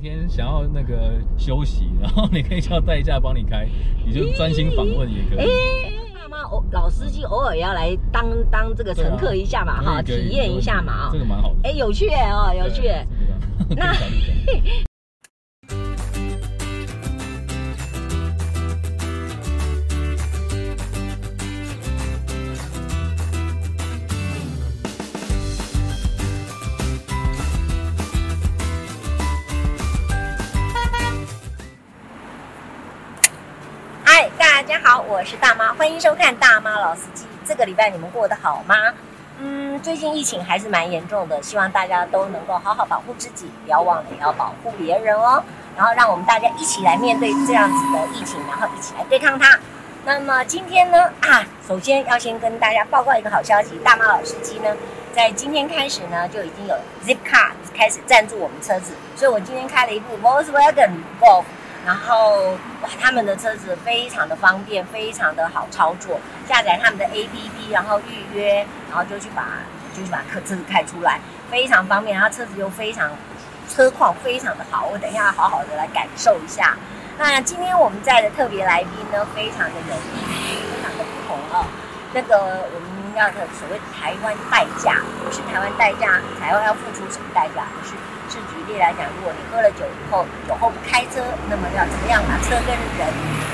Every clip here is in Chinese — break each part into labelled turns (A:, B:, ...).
A: 天想要那个休息，然后你可以叫代驾帮你开，你就专心访问也可
B: 哎
A: 以。，
B: 那么偶老司机偶尔要来当当这个乘
A: 啊
B: 客一下嘛
A: 可以
B: 哈，
A: 可以
B: 体验一下嘛啊
A: 这。个蛮好的，
B: 哎，有趣哎哦，有趣
A: 对
B: 哎。，
A: 这个可以考虑一下。
B: 嗨，大家好，我是大妈，欢迎收看《大妈老司机》。这个礼拜你们过得好吗？嗯，最近疫情还是蛮严重的，希望大家都能够好好保护自己，不要忘了也要保护别人哦。然后让我们大家一起来面对这样子的疫情，然后一起来对抗它。那么今天呢，啊，首先要先跟大家报告一个好消息，大妈老司机呢，在今天开始呢，就已经有 Zipcar 开始赞助我们车子，所以我今天开了一部 Volkswagen Golf，然后哇，他们的车子非常的方便，非常的好操作，下载他们的 APP，然后预约，然后就去把就去把车车子开出来，非常方便，然后车子又非常车况非常的好，我等一下好好的来感受一下。那今天我们在的特别来宾呢，非常的有意思，非常的不同哦。那个我们要的所谓台湾代驾，不是台湾代驾，台湾要付出什么代价？就是是举例来讲，如果你喝了酒以后，酒后不开车，那么要怎么样把车跟人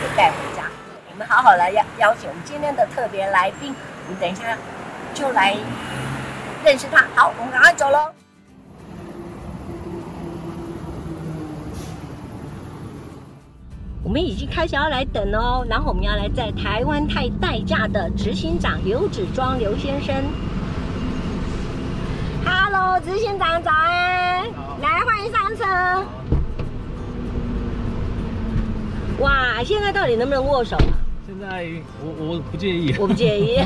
B: 给带回家？我们好好来邀邀请我们今天的特别来宾，我们等一下就来认识他。好，我们赶快走喽。我们已经开始要来等哦，然后我们要来在台湾泰代驾的执行长刘子庄刘先生。Hello，执行长早安，来欢迎上车。哇，现在到底能不能握手啊？
A: 现在我我不介意，
B: 我不介意，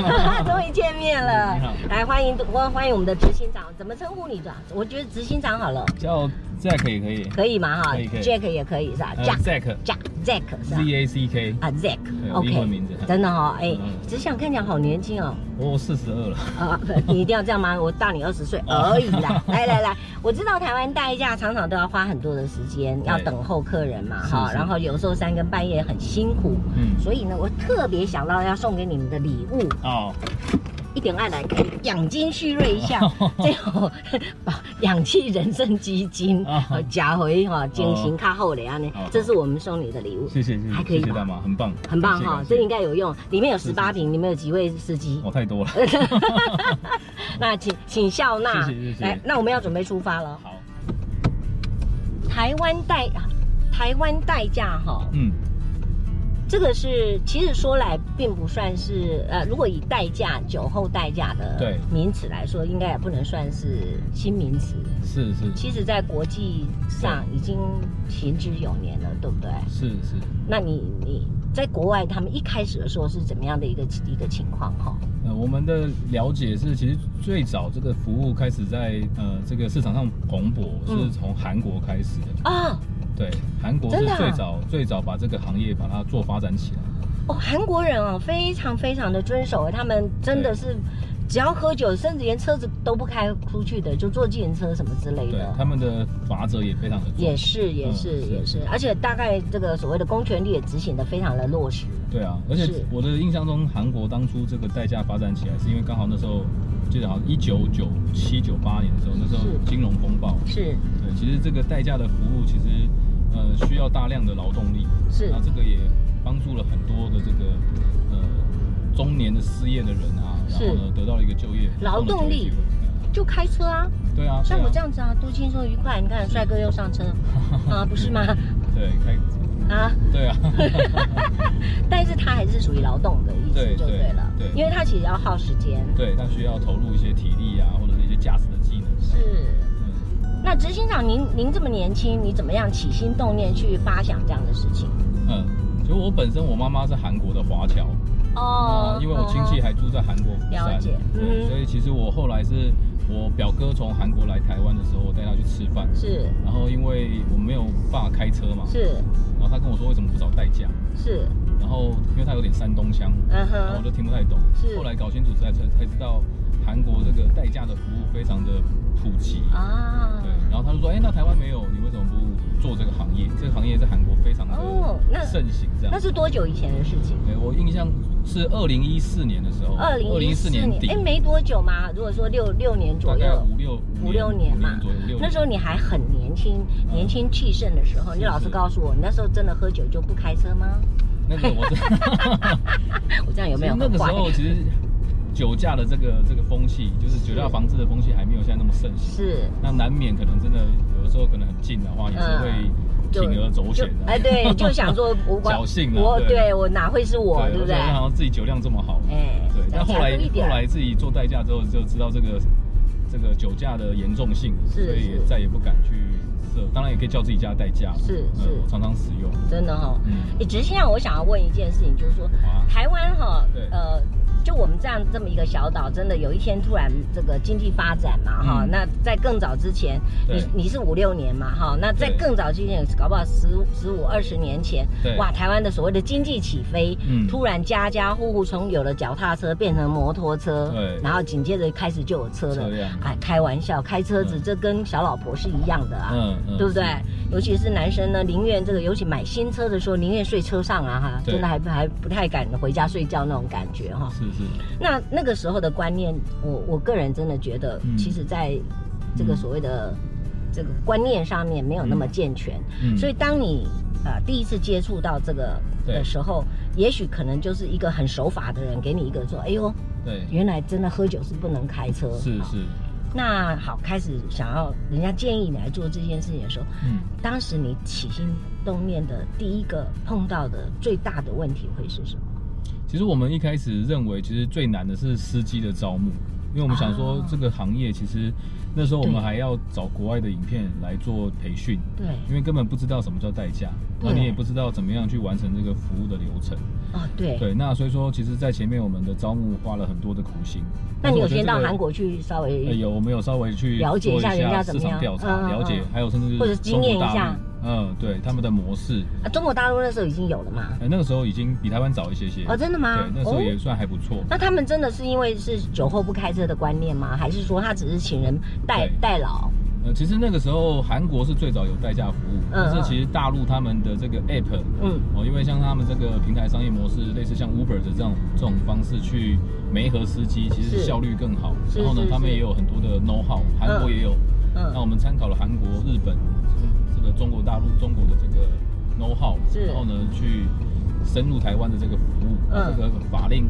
B: 终于见面了
A: 你好。
B: 来欢迎欢欢迎我们的执行长，怎么称呼你的？我觉得执行长好了，
A: 叫 Zack 也可以
B: 可以吗？哈
A: 可以可以
B: ，Jack 也可以是吧
A: 呃
B: ？Jack
A: ，Zack
B: Jack Zack 是吧
A: Z A C K，
B: 啊
A: 对
B: ，Zack，OK，、
A: 英文名字
B: 真的哈、哦，哎、
A: 嗯
B: 只想看起来好年轻哦，
A: 我四十二了，
B: 啊， 不你一定要这样吗？我大你二十岁
A: 哦
B: 而已 啦。来来来，我知道台湾代驾常常都要花很多的时间，要等候客人嘛，
A: 是
B: 哈，
A: 是
B: 然后有时候三更半夜很辛苦，
A: 嗯，
B: 所以呢，我特别想到要送给你们的礼物，
A: 哦，
B: 一点爱来可以养精蓄锐 一下，最后把氧气人生基 金
A: 哦
B: 呃夹回哈，精行卡后的啊呢
A: 好好，
B: 这是我们送你的礼物，
A: 谢谢谢
B: 还
A: 谢
B: 可以
A: 谢谢
B: 吧
A: 大妈，很棒，
B: 很棒
A: 感谢
B: 哈，
A: 感谢
B: 这应该有用。里面有十八
A: 是
B: 瓶，你们有几位司机？
A: 哦太多了，
B: 呃那请请笑纳。
A: 谢谢谢谢
B: 来，那我们要准备出发了。
A: 好，
B: 台湾代啊台湾代驾哈，
A: 嗯，
B: 这个是其实说来并不算是呃，如果以代驾酒后代驾的
A: 对
B: 名词来说，应该也不能算是新名词。
A: 是是
B: 其实，在国际上已经行之有年了，对不对？
A: 是是，
B: 那你你在国外，他们一开始的时候是怎么样的一个一个情况哈？
A: 呃，我们的了解是，其实最早这个服务开始在呃这个市场上蓬勃，
B: 嗯
A: 是从韩国开始的，
B: 啊、
A: 对，韩国
B: 真
A: 是
B: 的啊
A: 最早最早把这个行业把它做发展起来。
B: 哦，韩国人哦，非常非常的遵守，他们真的是只要喝酒，甚至连车子都不开出去的，就坐计程车什么之类
A: 对，
B: 的。啊
A: 他们的法则也非常的重
B: 也是，也是，
A: 嗯是
B: 也是，而且大概这个所谓的公权力也执行的非常的落实。
A: 对啊，而且
B: 是
A: 我的印象中，韩国当初这个代价发展起来，是因为刚好那时候，记得好像一九九七九八年的时候，那时候
B: 是
A: 金融风暴。
B: 是
A: 对，其实这个代价的服务，其实呃需要大量的劳动力，
B: 是
A: 那，这个也帮助了很多的这个呃中年的失业的人啊，然后呢得到了一个就业
B: 劳
A: 主动的
B: 动力
A: 就业机会
B: 就开车啊，
A: 嗯对啊，
B: 像我这
A: 样
B: 样子啊，多轻松愉快。你看，帅哥又 上车啊，不是吗？
A: 对开
B: 啊，
A: 对 啊，
B: 但是他还是属于劳动的意思
A: 对
B: 就
A: 对
B: 对了，
A: 对
B: 因为他其实要耗时间。
A: 对，他需要投入一些体力啊，或者是一些驾驶的技能。
B: 是。
A: 嗯。
B: 那执行长，您您这么年轻，你怎么样起心动念去发想这样的事情？
A: 嗯，其实我本身我妈妈是韩国的华侨，那啊因为我亲戚还住在韩国釜
B: 哦了
A: 山，
B: 解嗯
A: 对，所以其实我后来是我表哥从韩国来台湾的时候，我带他去吃饭，
B: 是
A: 然后因为我没有办法开车嘛，
B: 是
A: 然后他跟我说为什么不找代驾，
B: 是，
A: 然后因为他有点山东腔，
B: 嗯
A: 然后我
B: 哼，
A: 就听不太懂
B: 是，
A: 后来搞清楚才才才知道韩国这个代驾的服务非常的普及，
B: 啊
A: 对，然后他就说，哎，那台湾没有，你为什么不做这
B: 哦那
A: 盛行这样
B: 那。是多久以前的事情？
A: 对我印象是二零一四年的时候，
B: 二零
A: 一
B: 四
A: 年底，
B: 哎，没多久嘛。如果说六六年
A: 大
B: 左
A: 概
B: 右，
A: 五六
B: 五六年嘛
A: 左右，六
B: 那时候你还很年轻，年轻气盛的时候，
A: 是
B: 你老实
A: 是
B: 告诉我，你那时候真的喝酒就不开车吗？
A: 那个我是。
B: 我这 样有没有
A: 其实那
B: 很
A: 个时
B: 坏？
A: 候其实酒驾的这个这个风气，就是酒驾防治的风气还没有现在那么盛行。
B: 是，
A: 那难免可能真的有的时候可能很近的话，也是会
B: 就
A: 铤而走险的。
B: 哎， 对，就想说我
A: 侥幸啊
B: 我
A: 对
B: 对我哪会是我，对不
A: 我
B: 对
A: 想？好像自己酒量这么好。
B: 哎，
A: 对，但后来
B: 加多一
A: 后
B: 点
A: 来自己做代驾之后，就知道这个这个酒驾的严重性，
B: 是
A: 所以也
B: 是
A: 再也不敢去设。当然也可以叫自己家代驾，
B: 是
A: 呃
B: 是
A: 我常常使用。
B: 真的哈。
A: 嗯，
B: 哎，只是让我想要问一件事情，就是说
A: 好啊，
B: 台湾哈
A: 对，
B: 呃，就我们这样这么一个小岛，真的有一天突然这个经济发展嘛哈，
A: 嗯
B: 那在更早之前，
A: 对
B: 你你是五六年嘛哈，那在
A: 对
B: 更早之前，搞不好十十五二十年前，
A: 对
B: 哇，台湾的所谓的经济起飞，
A: 嗯
B: 突然家家户户从有了脚踏车变成摩托车，
A: 对
B: 然后紧接着开始就有车了
A: 车辆，
B: 哎，开玩笑，开车子
A: 嗯
B: 这跟小老婆是一样的啊，
A: 嗯嗯，
B: 对不对
A: 是？
B: 尤其是男生呢，宁愿这个，尤其买新车的时候，宁愿睡车上啊，哈，
A: 对
B: 真的还还不太敢回家睡觉那种感觉哈。
A: 是是，
B: 那那个时候的观念，我我个人真的觉得，
A: 嗯
B: 其实在这个
A: 嗯
B: 所谓的这个观念上面没有那么健全，
A: 嗯，
B: 所以当你呃第一次接触到这个
A: 对
B: 的时候，也许可能就是一个很守法的人给你一个说，哎呦，
A: 对，
B: 原来真的喝酒是不能开车，
A: 是
B: 好
A: 是，
B: 那好，开始想要人家建议你来做这件事情的时候，
A: 嗯。
B: 当时你起心动念的第一个碰到的最大的问题会是什么？
A: 其实我们一开始认为，其实最难的是司机的招募，因为我们想说
B: 啊
A: 这个行业其实那时候我
B: 对
A: 们还要找国外的影片来做培训，
B: 对，
A: 因为根本不知道什么叫代驾，
B: 对
A: 那你也不知道怎么样去完成这个服务的流程。
B: 哦，对。
A: 对，那所以说，其实，在前面我们的招募花了很多的苦心。
B: 那你
A: 但是
B: 有
A: 我觉得
B: 先到
A: 这个
B: 韩？国去稍
A: 呃
B: 微，
A: 有，我们有稍微去
B: 了解一下
A: 做
B: 人家怎
A: 市
B: 么样
A: 场调查，
B: 嗯嗯
A: 了解
B: 嗯，
A: 还有甚至是
B: 或者经验一
A: 中国大
B: 下
A: 陆。嗯，对，他们的模式，
B: 啊中国大陆那时候已经有了嘛？
A: 呃那个时候已经比台湾早一些些。
B: 哦，真的吗
A: 对，？那时
B: 哦
A: 候，也算还不错。
B: 那他们真的是因为是酒后不开车的观念吗？还是说他只是请人代
A: 对
B: 代劳？
A: 呃，其实那个时候韩国是最早有代驾服务，
B: 嗯
A: 但是其实大陆他们的这个 app，
B: 嗯，
A: 哦，因为像他们这个平台商业模式，类似像 Uber 的这种这种方式去媒合司机，其实
B: 是
A: 效率更好。
B: 是
A: 然后呢
B: 是，
A: 他们
B: 是
A: 也有很多的 know how，韩国也有。那
B: 嗯，
A: 我们参考了韩国、日本、这个中国大陆、中国的这个 know how，
B: 是
A: 然后呢去深入台湾的这个服务，
B: 嗯
A: 这个法令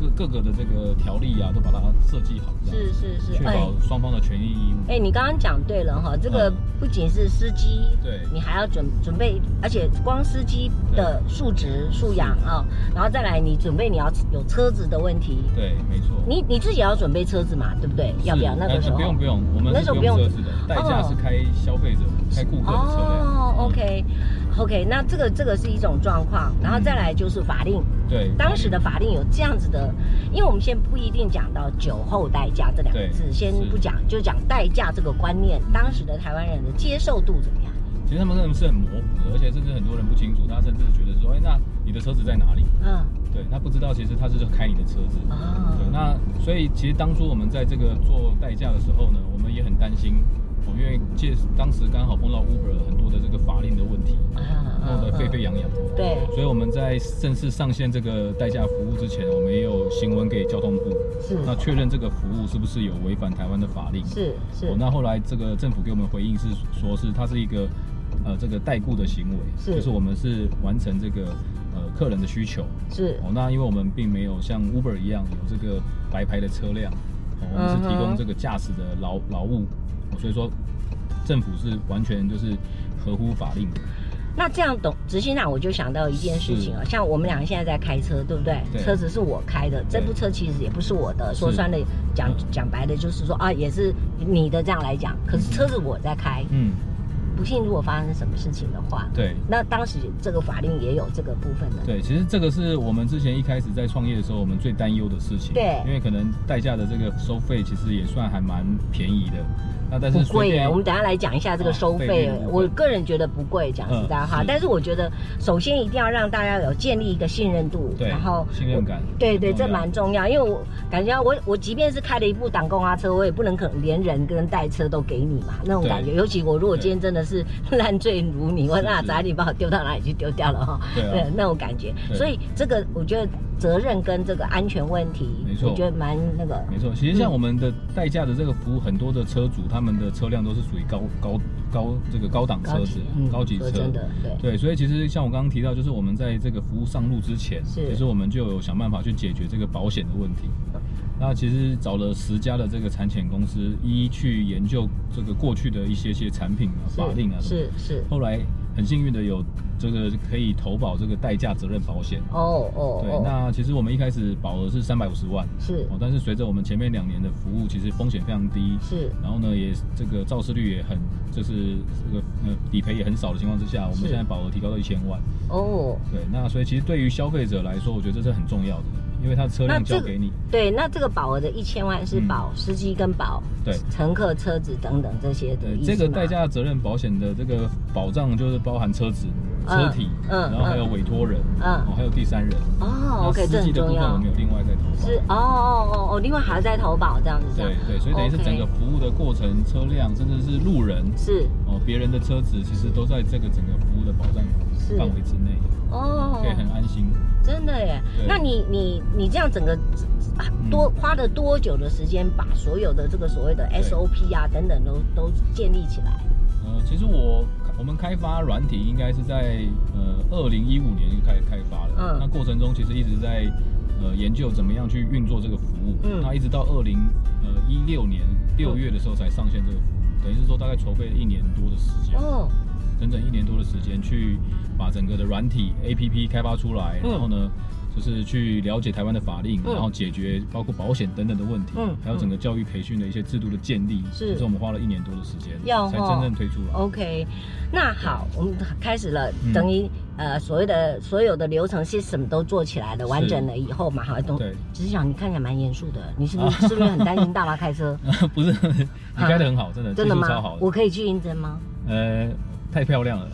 A: 各各个的这个条例啊，都把它设计好，这样
B: 是是是，哎
A: 确保双方的权益义务。
B: 哎，你刚刚讲对了哈，这个
A: 嗯
B: 不仅是司机，
A: 对
B: 你还要准准备，而且光司机的素质素养啊、然后再来你准备你要有车子的问题，
A: 对，没错。
B: 你你自己也要准备车子嘛，对不对？
A: 是
B: 要不要那
A: 呃
B: 个时候？
A: 不用不用，我们
B: 那
A: 是
B: 时候
A: 不
B: 不用
A: 用车子的，代驾是开消费者、开顾客的车辆。
B: 哦
A: 嗯
B: ，OK OK，那这个这个是一种状况，然后再
A: 嗯
B: 来就是法令，
A: 对，
B: 当时的法令有这样子的，因为我们先不一定讲到酒后代驾这两个
A: 对
B: 字，先
A: 是
B: 不讲，就讲代驾这个观念，当时的台湾人的接受度怎么样？
A: 其实他们认为是很模糊的，而且甚至很多人不清楚，他甚至觉得说，哎，那你的车子在哪里？
B: 嗯。
A: 对他不知道，其实他是开你的车子。
B: 哦
A: 对，那所以其实当初我们在这个做代驾的时候呢，我们也很担心，我因为借当时刚好碰到 Uber 很多的这个法令的问题，
B: 啊
A: 弄得沸沸扬扬。
B: 对，
A: 所以我们在正式上线这个代驾服务之前，我们也有行文给交通部，
B: 是
A: 那确认这个服务是不是有违反台湾的法令。
B: 是是、
A: 哦那后来这个政府给我们回应是说是它是一个呃这个代雇的行为，
B: 是
A: 就是我们是完成这个呃客人的需求。
B: 是
A: 哦，那因为我们并没有像 Uber 一样有这个白牌的车辆，哦、我们
B: 嗯哼
A: 是提供这个驾驶的劳劳务、哦所以说政府是完全就是合乎法令的。
B: 那这样懂执行长，我就想到一件事情啊，像我们俩现在在开车，对不对？
A: 对
B: 车子是我开的，这部车其实也不是我的，说
A: 是
B: 穿了，讲
A: 嗯
B: 讲白的就是说啊，也是你的这样来讲，可
A: 嗯
B: 是
A: 哼
B: 车子我在开，
A: 嗯，
B: 不幸如果发生什么事情的话，
A: 对。
B: 那当时这个法令也有这个部分的，
A: 对，其实这个是我们之前一开始在创业的时候，我们最担忧的事情。
B: 对
A: 因为可能代驾的这个收费其实也算还蛮便宜的，那但
B: 不
A: 是随
B: 贵耶，
A: 便
B: 我们等一下来讲一下这个
A: 啊
B: 收
A: 费
B: 费
A: 率。不
B: 我
A: 贵
B: 个人觉得不贵，讲实在
A: 嗯
B: 话，
A: 是
B: 但是我觉得首先一定要让大家有建立一个信任度，
A: 对
B: 然后
A: 信任感
B: 对对，
A: 很
B: 这
A: 重要
B: 蛮重要，因为我感觉到我我即便是开了一部挡公阿车，我也不能可能连人跟带车都给你嘛，那种
A: 对
B: 感觉。尤其我如果
A: 对
B: 今天真的是烂醉如泥，我
A: 是
B: 那
A: 是
B: 咋你把我丢到哪里去丢掉了哈？
A: 对啊
B: 呃，那种感觉。
A: 对
B: 所以这个我觉得责任跟这个安全问题
A: 没，错
B: 我觉得蛮那个。
A: 没错，其实像
B: 嗯
A: 我们的代驾的这个服务，很多的车主他们的车辆都是属于高高高这个高档车子、高级
B: 说
A: 车。
B: 嗯真的，对，
A: 对，所以其实像我刚刚提到，就是我们在这个服务上路之前，
B: 是
A: 其实我们就有想办法去解决这个保险的问题。那其实找了十家的这个产险公司，一一去研究这个过去的一些些产品啊、
B: 是
A: 法令啊什么。
B: 是是，
A: 后来很幸运的有这个可以投保这个代驾责任保险。
B: 哦哦
A: 对，
B: 哦，
A: 那其实我们一开始保额是三百五十万，
B: 是
A: 哦，但是随着我们前面两年的服务，其实风险非常低，
B: 是
A: 然后呢，也这个肇事率也很，就是这个呃理赔也很少的情况之下，我们
B: 是
A: 现在保额提高到一千万。
B: 哦。
A: 对，那所以其实对于消费者来说，我觉得这是很重要的，因为他的车
B: 那
A: 辆
B: 这
A: 交
B: 个
A: 给你，
B: 对，那这个保额的一千万
A: 嗯
B: 是保司机跟保
A: 对
B: 乘客、车子等等这些的
A: 对
B: 嗯意思
A: 这
B: 吗
A: 个代驾责任保险的这个保障就是包含车子、车体，
B: 嗯嗯
A: 然后还有委托人，
B: 嗯
A: 哦，还有第三人。
B: 哦
A: 那
B: ，OK，这
A: 司机
B: 很
A: 的部
B: 重
A: 分我
B: 要
A: 们。有另外再投保。
B: 是哦哦哦哦，另外还要再投保这样子这样
A: 对对，所以等于是
B: OK
A: 整个服务的过程，车辆甚至是路人，
B: 是
A: 哦，别人的车子其实都在这个整个服务的保障
B: 是
A: 范围之内，
B: 哦
A: 可以，很安心。
B: 真的耶
A: 对。嗯
B: 那你你你这样整个啊多花了多久的时间把所有的这个所谓的
A: 对
B: SOP 啊等等都都建立起来？
A: 呃，其实我我们开发软体应该是在呃二零一五年就开始开发了，
B: 嗯
A: 那过程中其实一直在呃研究怎么样去运作这个服务，
B: 嗯
A: 那一直到二零呃一六年六月的时候才上线这个服务，等于是说大概筹备了一年多的时间，
B: 哦，
A: 整整一年多的时间去把整个的软体 APP 开发出来，
B: 嗯
A: 然后呢。就是去了解台湾的法令，
B: 嗯
A: 然后解决包括保险等等的问题，
B: 嗯
A: 还有整个教育培训的一些制度的建立，
B: 是
A: 这是我们花了一年多的时间
B: 要
A: 才
B: 哦
A: 真正推出来。
B: OK，那好，我们开始了，
A: 嗯
B: 等于呃所谓的所有的流程 system 都做起来了，完整了以后嘛，哈，懂。
A: 对，
B: 只是想你看起来蛮严肃的，你是不是、是不是很担心大妈开车？
A: 不是，你开的很好，真的，
B: 真的
A: 技术超
B: 吗
A: 好？
B: 我
A: 的。
B: 可以去应 征吗？
A: 呃，太漂亮了。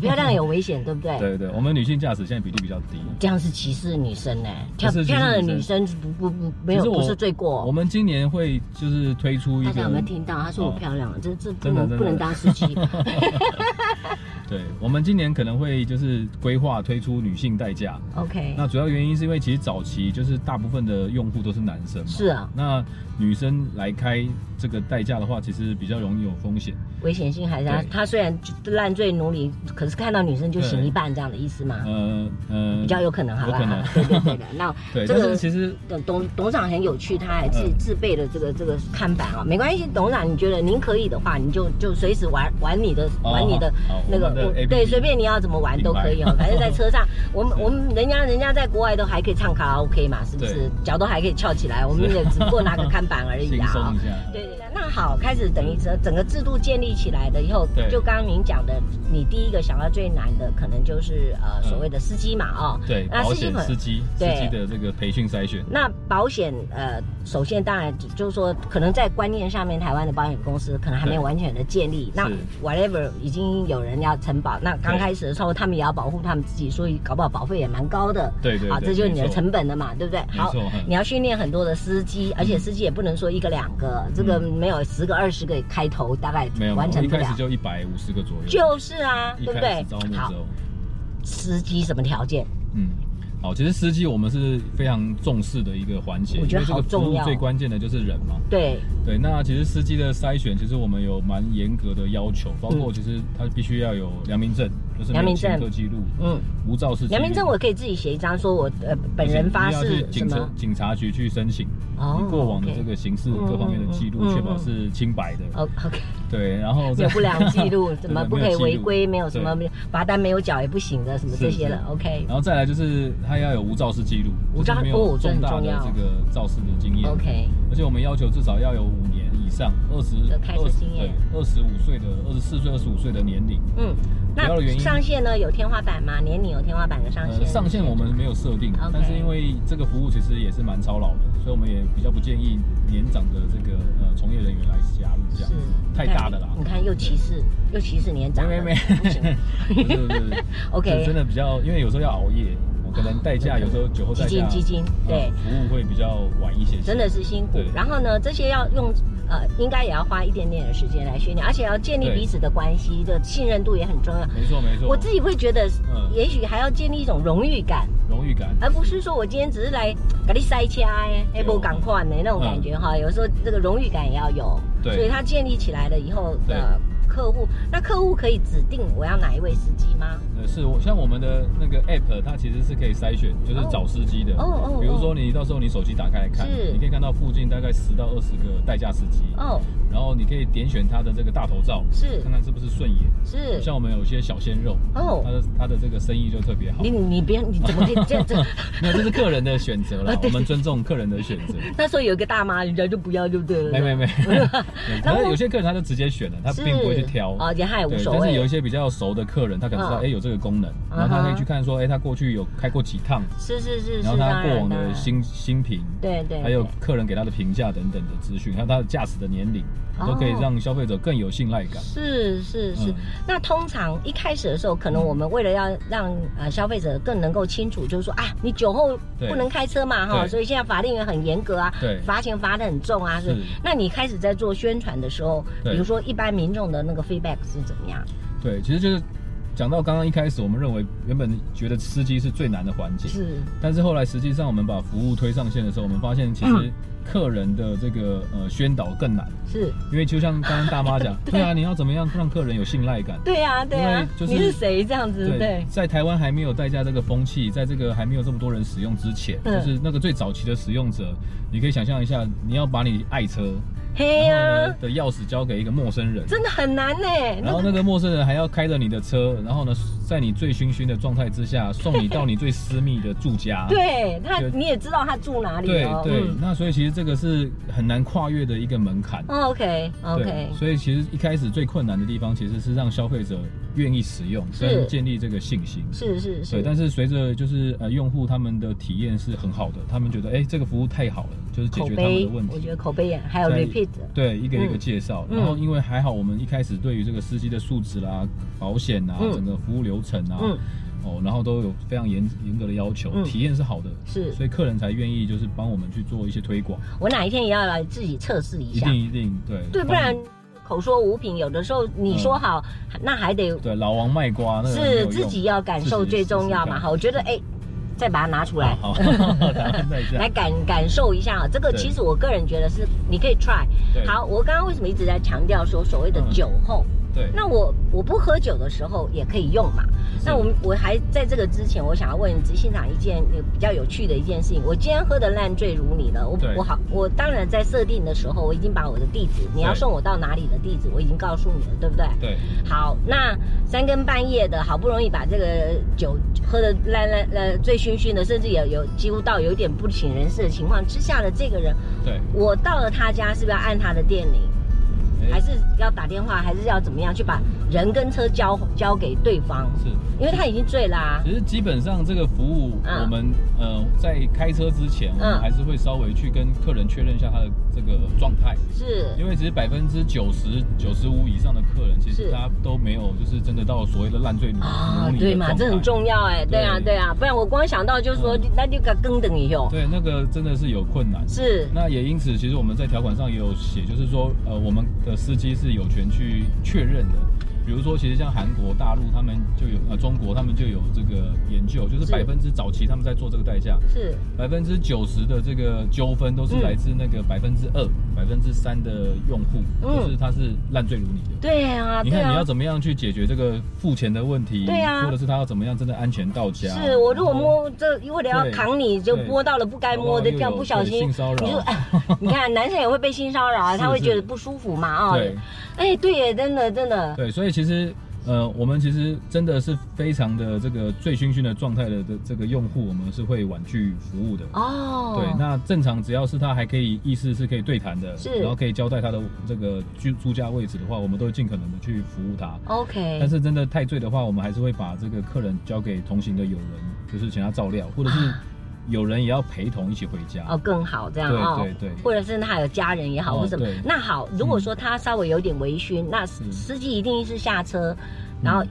B: 漂亮有危险，对不对？
A: 对对对，我们女性驾驶现在比例比较低。
B: 这样是歧视女生呢、
A: 这
B: 漂
A: 是歧视
B: 漂亮的女
A: 女
B: 生不不不没
A: 其
B: 有
A: 实我
B: 不是罪过
A: 我
B: 哦。
A: 们今年会就是推出一
B: 大家有没有
A: 个，
B: 听到？她说我
A: 哦
B: 漂亮，这这不
A: 真的
B: 能
A: 真的
B: 不能当 司机。
A: 对，我们今年可能会就是规划推出女性代驾。
B: OK，
A: 那主要原因是因为其实早期就是大部分的用户都是男生嘛，
B: 是啊，
A: 那女生来开这个代驾的话，其实比较容易有风险。
B: 危险性还是啊她
A: 对
B: 她虽然烂醉奴隶，可是看到女生就醒一半这样的意思吗？
A: 呃呃，
B: 比较有可能，好吧？
A: 有可能
B: 对对 对的。那
A: 对，
B: 这
A: 但
B: 个
A: 是其实
B: 董董董事长很有趣，他还自
A: 嗯
B: 自备了这个这个看板啊，没关系，董事长，你觉得您可以的话，你就就随时玩玩你的
A: 哦
B: 玩你的
A: 好好
B: 那个
A: 我们的，APP
B: 对，随便你要怎么玩都可以哦
A: 明，白
B: 反 正在车上，我们
A: 是
B: 我们人家人家在国外都还可以唱卡拉 OK 嘛，是不是
A: 对？
B: 脚都还可以翘起来，我们也只不过拿个看板而已
A: 轻
B: 啊。
A: 松一下，
B: 对对对，那好，开始等于整整个制度建立起来了以后，
A: 对
B: 就刚刚您讲的，你第一个想到最难的可能就是呃
A: 嗯
B: 所谓的司机嘛，哦，
A: 对，
B: 那
A: 保
B: 司机
A: 险
B: 朋
A: 司机司
B: 对
A: 机的这个培训筛选，
B: 那保险呃，首先当然就是说，可能在观念上面，台湾的保险公司可能还没有
A: 对
B: 完全的建立。那
A: 是
B: whatever 已经有人要承保，那刚
A: 对
B: 开始的时候，他们也要保护他们自己，所以搞不好保费也蛮高的。
A: 对对
B: 好，
A: 对
B: 这就是你的
A: 没错
B: 成本了嘛，对不对？
A: 没
B: 好
A: 错嗯，
B: 你要训练很多的司机，而且司机也不能说一个两个，这个没有十个二十个开头，大概
A: 嗯没有，
B: 完成
A: 一
B: 不
A: 开
B: 了
A: 始。就一百五十个左右，
B: 就是啊，
A: 一
B: 对不
A: 开始
B: 对
A: 招募？之
B: 好，
A: 后，
B: 司机什么条件？
A: 嗯，好，其实司机我们是非常重视的一个环节，
B: 我觉得
A: 因为这
B: 好
A: 个服
B: 重
A: 务
B: 要
A: 最关键的就是人嘛。
B: 对，
A: 对，那其实司机的筛选，其实我们有蛮严格的要求，包括其实他必须要有良民证，就是
B: 嗯良
A: 没
B: 民
A: 有
B: 证
A: 前科记录，
B: 嗯，
A: 无肇事记录。
B: 良民证我可以自己写一张，说我呃本人发
A: 就是你
B: 誓
A: 要去
B: 什
A: 警察
B: 么。
A: 警察局去申请
B: 哦
A: 你过往的
B: OK
A: 这个刑事各方面的记
B: 嗯嗯
A: 录，
B: 嗯
A: 确保是清白的。
B: 哦，OK，
A: 对，然后
B: 没
A: 再
B: 有不良记录，
A: 对
B: 什么
A: 对
B: 不
A: 没
B: 可
A: 有
B: 以
A: 记录
B: 违规，没有什
A: 对
B: 么罚单没有缴也不行的，什么这些的
A: 是是
B: ，OK
A: 然后再来就是他要有无肇事记录，
B: 无肇
A: 就是没
B: 哦
A: 有
B: 这很
A: 重大
B: 重
A: 的
B: 要
A: 这个肇事的经验。
B: OK，
A: 而且我们要求至少要有五年以以上，二十
B: 有开车
A: 二十
B: 经验
A: 对，二十五岁的、二十四岁、二十五岁的年龄，
B: 嗯，那
A: 主要的原因
B: 上限呢有天花板吗？年龄有天花板的上限？
A: 呃，上限我们没有设定
B: OK
A: 但是因为这个服务其实也是蛮操劳的，所以我们也比较不建议年长的这个呃从业人员来加入这
B: 是
A: 样子，太大的啦。
B: 你看又歧视，又歧视年长了，
A: 没没
B: 不 行
A: 没，对对对对
B: OK 啊
A: 就真的比较，因为有时候要熬夜，我可能代驾有时候酒后代
B: 基金
A: 驾，
B: 基金，对
A: 呃，，服务会比较晚一些些，
B: 真的是辛苦
A: 对。
B: 然后呢，这些要用呃，应该也要花一点点的时间来训练，而且要建立
A: 对
B: 彼此的关系，的信任度也很重要。
A: 没错没错，
B: 我自己会觉得
A: 嗯，
B: 也许还要建立一种荣誉感，
A: 荣誉感
B: 而不是说我今天只是来给你塞车哎，
A: 对
B: 哎
A: 嗯
B: 不赶快的那种感觉哈。有时候这个荣誉感也要有，
A: 对
B: 所以它建立起来了以后
A: 对
B: 的客户，那客户可以指定我要哪一位司机吗？
A: 呃，是我像我们的那个 app，它其实是可以筛选，就是找司机的。
B: 哦哦哦
A: 嗯比如说你到时候你手机打开来看
B: 是，
A: 你可以看到附近大概十到二十个代驾司机，
B: 哦，
A: 然后你可以点选他的这个大头照，
B: 是
A: 看看是不是顺眼。
B: 是
A: 像我们有些小鲜肉，
B: 哦
A: 他，的他的这个生意就特别好
B: 你。你别你怎么可以这样这样？
A: 没有，这是客人的选择啦我
B: 啊，对
A: 们尊重客人的选择。
B: 那时候有一个大妈，人家就不要，就 对了。
A: 没没 没，
B: 然
A: 然
B: 后
A: 后有些客人他就直接选了，他
B: 是
A: 并不会去挑。
B: 哦，也他也无
A: 对，
B: 所
A: 但是有一
B: 谓。
A: 些比较熟的客人，他可能知道
B: 嗯
A: 哎有这个功能，然后
B: 嗯
A: 他
B: 哼
A: 可以去看说哎他过去有开过几趟，
B: 是是是是，
A: 然后他
B: 当
A: 过
B: 然
A: 往
B: 当
A: 的
B: 然
A: 新新评，
B: 对对，
A: 还有
B: 对
A: 客人给他的评价等等的资讯，还有他的驾驶的年龄，
B: 哦
A: 都可以让消费者更有信赖感。
B: 是是是
A: 嗯。
B: 那通常一开始的时候，可能我们为了要让呃消费者更能够清楚，就是说啊，你酒后
A: 对
B: 不能开车嘛哈，
A: 对
B: 所以现在法令也很严格啊，
A: 对
B: 罚钱罚的很重啊，是
A: 是。
B: 那你开始在做宣传的时候，
A: 对
B: 比如说一般民众的那个 feedback 是怎么样？
A: 对，其实就是讲到刚刚一开始，我们认为原本觉得司机是最难的环节，
B: 是
A: 但是后来实际上我们把服务推上线的时候，我们发现其
B: 嗯
A: 实客人的这个呃宣导更难，
B: 是，
A: 因为就像刚刚大妈 讲，对啊，你要怎么样让客人有信赖感？
B: 对啊对
A: 因
B: 啊
A: 为，就是
B: 你是谁这样子？对，
A: 在台湾还没有代驾这个风气，在这个还没有这么多人使用之前，
B: 嗯
A: 就是那个最早期的使用者，你可以想象一下，你要把你爱车，然后
B: 嘿呀
A: 呢，的钥匙交给一个陌生人，
B: 真的很难呢。
A: 然后那个陌生人还要开着你的车，然后呢，在你醉醺醺的状态之下，送你到你最私密的住家。
B: 对他，
A: 就
B: 你也知道他住哪里
A: 对
B: 哦。
A: 啊对那所以其实这个是很难跨越的一个门槛。
B: 哦 OK
A: 对
B: OK，，
A: 所以其实一开始最困难的地方其实是让消费者愿意使用，
B: 是
A: 跟建立这个信心。
B: 是是是
A: 对，，但是随着就是呃用户他们的体验是很好的，他们觉得哎、这个服务太好了，就是解
B: 口
A: 决他们
B: 碑
A: 的问，
B: 我觉
A: 题
B: 得。口碑也还有
A: 在啊
B: repeat，
A: 对，一个一个介绍，
B: 嗯
A: 然后因为还好我们一开始对于这个司机的素质啦、保险啊、
B: 嗯
A: 整个服务流程啊，
B: 嗯
A: 哦，然后都有非常严严格的要求，
B: 嗯
A: 体验是好的，
B: 是
A: 所以客人才愿意就是帮我们去做一些推广，
B: 我哪一天也要来自己测试一
A: 一
B: 下
A: 定，一定对，
B: 啊对，不
A: 帮
B: 然口说无凭，有的时候你说好，那还得
A: 对老王卖瓜那个嗯没有
B: 是
A: 用
B: 自己要感受
A: 自己
B: 最重要
A: 自
B: 嘛。
A: 己
B: 哈，我觉得哎，再把它拿出来
A: 感。好，好打算再这
B: 来
A: 样，
B: 感感受一下啊，这个
A: 对
B: 其实我个人觉得是你可以 try。
A: 对
B: 好，我刚刚为什么一直在强调说所谓的
A: 嗯
B: 酒后？
A: 对，
B: 那我我不喝酒的时候也可以用嘛？
A: 是
B: 那我们我还在这个之前，我想要问执行长一件呃比较有趣的一件事情。我今天喝的烂醉如泥了，我
A: 对
B: 我好，我当然在设定的时候，我已经把我的地址，你要
A: 对
B: 送我到哪里的地址，我已经告诉你了，对不对？
A: 对
B: 好，那三更半夜的，好不容易把这个酒喝的烂烂呃醉醺醺的，甚至有有几乎到有点不省人事的情况之下的这个人，
A: 对，
B: 我到了他家，是不是要按他的电铃？
A: 哎
B: 还是要打电话，还是要怎么样去把人跟车交交给对方？
A: 是。
B: 因为他已经醉啦、
A: 其实基本上这个服务，
B: 嗯
A: 我们呃在开车之前，我
B: 嗯
A: 们还是会稍微去跟客人确认一下他的这个状态，
B: 是
A: 因为其实百分之九十九十五以上的客人，其
B: 是
A: 实他都没有就是真的到所谓的烂醉如
B: 啊
A: 如泥，的
B: 对嘛，
A: 状态
B: 这很。重要哎，对啊，
A: 对嗯
B: 对啊，不然我光想到就是说，那就该更等以后
A: 对，那个真的是有困难。
B: 是
A: 那也因此，其实我们在条款上也有写，就是说，呃，我们的司机是有权去确认的。比如说，其实像韩国、大陆他们就有，呃，中国他们就有这个研究，就是
B: 是
A: 百分之早期他们在做这个代驾，
B: 是
A: 百分之九十的这个纠纷都是来自那个百分之二、百分之三的用户，
B: 嗯
A: 就是他是烂醉如泥的。
B: 对啊，
A: 你
B: 对
A: 看你要
B: 啊，
A: 怎么样去解决这个付钱的问题，
B: 对啊
A: 或者是他要怎么样真的安全到家？
B: 是我如果
A: 然后
B: 摸这，为了要
A: 啊哦对
B: 扛你就
A: 对
B: 摸到了不该摸的
A: 搞不好又有
B: 地方，不小
A: 对
B: 心
A: 性骚扰
B: 你就哎你看男生也会被性骚扰啊，
A: 是
B: 他会觉得
A: 是
B: 不舒服嘛啊，
A: 对
B: 哎，对耶，真的真的
A: 对，所以其实呃，我们其实真的是非常的这个醉醺醺的状态的的这个用户，我们是会婉拒服务的。
B: 哦，
A: 对，那正常只要是他还可以意识是可以对谈的，
B: 是
A: 然后可以交代他的这个居住家位置的话，我们都会尽可能的去服务他。
B: OK，
A: 但是真的太醉的话，我们还是会把这个客人交给同行的友人，就是请他照料，或者是
B: 啊
A: 有人也要陪同一起回家。
B: 哦更好这样哦，
A: 对对对，
B: 或者是他有家人也好，
A: 哦
B: 或什么
A: 对。嗯
B: 那好，如果说他稍微有点微醺，那司机一定是下车，然后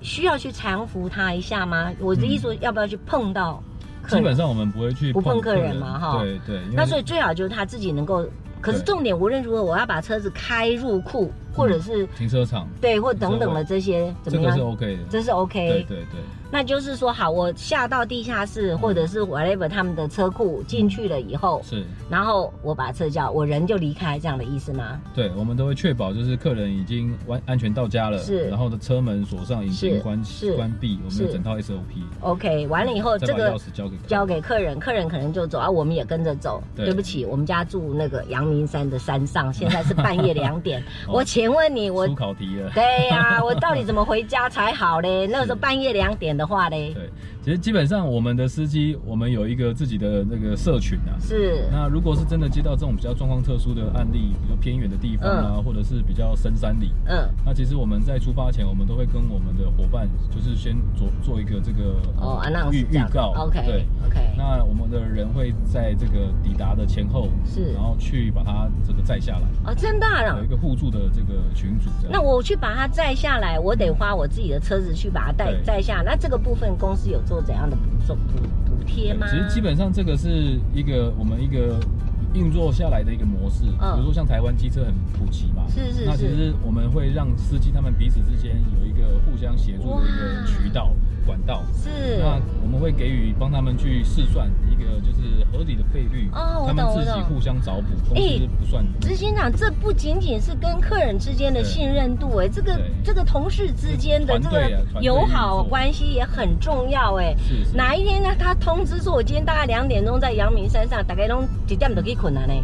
B: 需要去搀扶他一下吗？我的意思说，要不要去碰到客
A: 基本
B: 人？
A: 上我们不会去
B: 不碰
A: 客
B: 客人嘛哈
A: 对对，因为
B: 那所以最好就是他自己能够。可是
A: 对
B: 重点无论如何，我要把车子开入库，或者是
A: 停车场
B: 对，或等等的这些怎
A: 这
B: 么
A: 个是
B: 样？
A: OK 的。
B: 这是 OK。
A: 对嗯对对，
B: 那就是说，好，我下到地下室或者是 whatever 他们的车库进去了以后，
A: 是，
B: 然后我把车叫，我人就离开，这样的意思吗？
A: 对，我们都会确保就是客人已经完安全到家了，
B: 是
A: 然后的车门锁上，引
B: 是
A: 擎关
B: 是
A: 关闭，我们有
B: 是
A: 整套 SOP。
B: OK，完了以后
A: 再
B: 这
A: 把
B: 个
A: 钥匙交给客人
B: 交给客人，客人可能就走啊，我们也跟着走。
A: 对
B: 对不起，我们家住那个阳明山的山上，现在是半夜两点。
A: 哦
B: 我请问你，我
A: 出考题了。
B: 对 呀、我到底怎么回家才好嘞？那时候半夜两点的话嘞，
A: 对，其实基本上我们的司机，我们有一个自己的那个社群啊。
B: 是
A: 那如果是真的接到这种比较状况特殊的案例，比较偏远的地方啊，或者是比较深山里，
B: 嗯
A: 那其实我们在出发前，我们都会跟我们的伙伴，就是先做做一个这个
B: 哦
A: 呃
B: ，announce
A: 预
B: 这
A: 预
B: 样
A: 告。对
B: OK，OK，
A: 那我们的人会在这个抵达的前后，
B: 是
A: 然后去把它这个载下来，
B: 哦，真的、啊
A: 有一。个互助的这个群组这样。
B: 那我去把它载下来，我得花我自己的车子去把它带
A: 对
B: 载下。那这个部分公司有做怎样的补助补补贴吗？
A: 哎其实基本上这个是一个我们一个运作下来的一个模式，
B: 嗯
A: 比如说像台湾机车很普及嘛，
B: 是是
A: 那其
B: 是
A: 实我们会让司机他们彼此之间有一个互相协助的一
B: 哇
A: 个渠道管道，
B: 是
A: 那我们会给予帮他们去试算一个就是合理的费率，
B: 哦我懂
A: 他们自
B: 我
A: 己
B: 懂
A: 互相找补，公
B: 哎
A: 司不算。
B: 执行长，这不仅仅是跟客人之间的
A: 对
B: 信任度、哎，这个
A: 对
B: 这个同事之间的
A: 团
B: 这
A: 队啊
B: 个
A: 团队
B: 友
A: 运
B: 好
A: 作
B: 关系也很重要、哎。
A: 是是
B: 哪一天呢？他通知说，我今天大概两点钟在阳明山上，大概都几点都可以困了呢？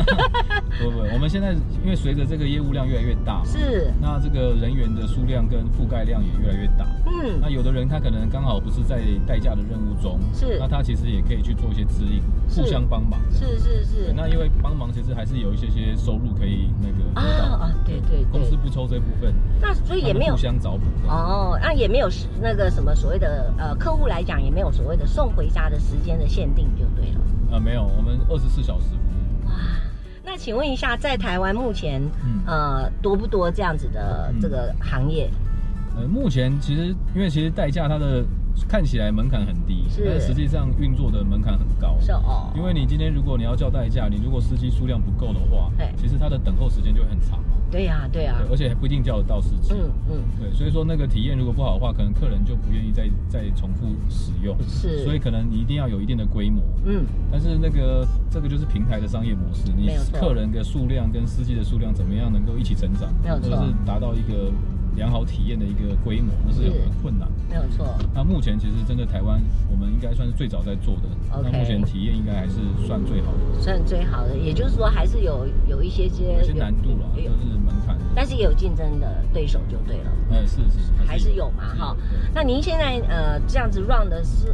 A: 不不，我们现在因为随着这个业务量越来越大，
B: 是，
A: 那这个人员的数量跟覆盖量也越来越大。
B: 嗯，
A: 那有的人他可能刚好不是在代驾的任务中，
B: 是
A: 那他其实也可以去做一些指引，
B: 是
A: 互相帮忙。
B: 是是
A: 对，
B: 是，
A: 那因为帮忙其实还是有一些些收入可以那个
B: 啊
A: 得到
B: 啊，对对
A: 公司
B: 对，
A: 不抽这部分，
B: 那所以也
A: 他们
B: 没有
A: 互相找补。
B: 哦，那也没有是那个什么所谓的呃，客户来讲也没有所谓的送回家的时间的限定就对了。
A: 呃，没有，我们二十四小时服务。
B: 哇，那请问一下，在台湾目前
A: 嗯，
B: 呃多不多这样子的
A: 嗯
B: 这个行业？
A: 呃，目前其实因为其实代驾它的看起来门槛很低，
B: 是
A: 但实际上运作的门槛很高。
B: 是哦，
A: 因为你今天如果你要叫代驾，你如果司机数量不够的话
B: 对，
A: 其实它的等候时间就会很长嘛。
B: 对呀、对呀、
A: 对，而且还不一定叫得到司机。
B: 嗯嗯，
A: 对，所以说那个体验如果不好的话，可能客人就不愿意再再重复使用，
B: 是，
A: 所以可能你一定要有一定的规模。
B: 嗯
A: 但是那个这个就是平台的商业模式，你
B: 没有错
A: 客人的数量跟司机的数量怎么样能够一起成长，
B: 没有
A: 或
B: 错
A: 者是达到一个良好体验的一个规模，那是有
B: 是
A: 很困难。
B: 没有错。
A: 那目前其实真的台湾，我们应该算是最早在做的。
B: OK
A: 那目前体验应该还是算最好的，
B: 算最好的，也就是说还是有有一些些
A: 有些难度啦，就
B: 有有
A: 是门槛。
B: 但是也有竞争的对手就对了。
A: 哎，是是是，
B: 还是有嘛哈
A: 对
B: 那您现在呃这样子 run 的是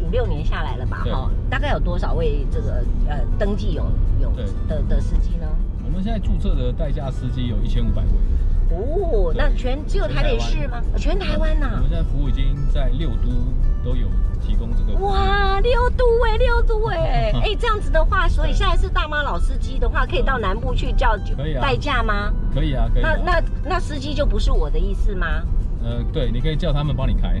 B: 五五六年下来了吧
A: 对
B: 哈？大概有多少位这个呃登记有有
A: 对
B: 的的司机呢？
A: 我们现在注册的代驾司机有一千五百位，
B: 哦，
A: 对
B: 那全只有台北市吗？呃全台湾
A: 我
B: 呐、
A: 们现在服务已经在六都都有提供这个服务。
B: 哇，六都哎、六都 哎、哎、这样子的话，所以
A: 对
B: 下一次大妈老司机的话，可以到南部去叫
A: 可以啊
B: 代驾吗？
A: 可以啊，可以啊、
B: 那那那司机就不是我的意思吗？
A: 呃，对，你可以叫他们帮你开，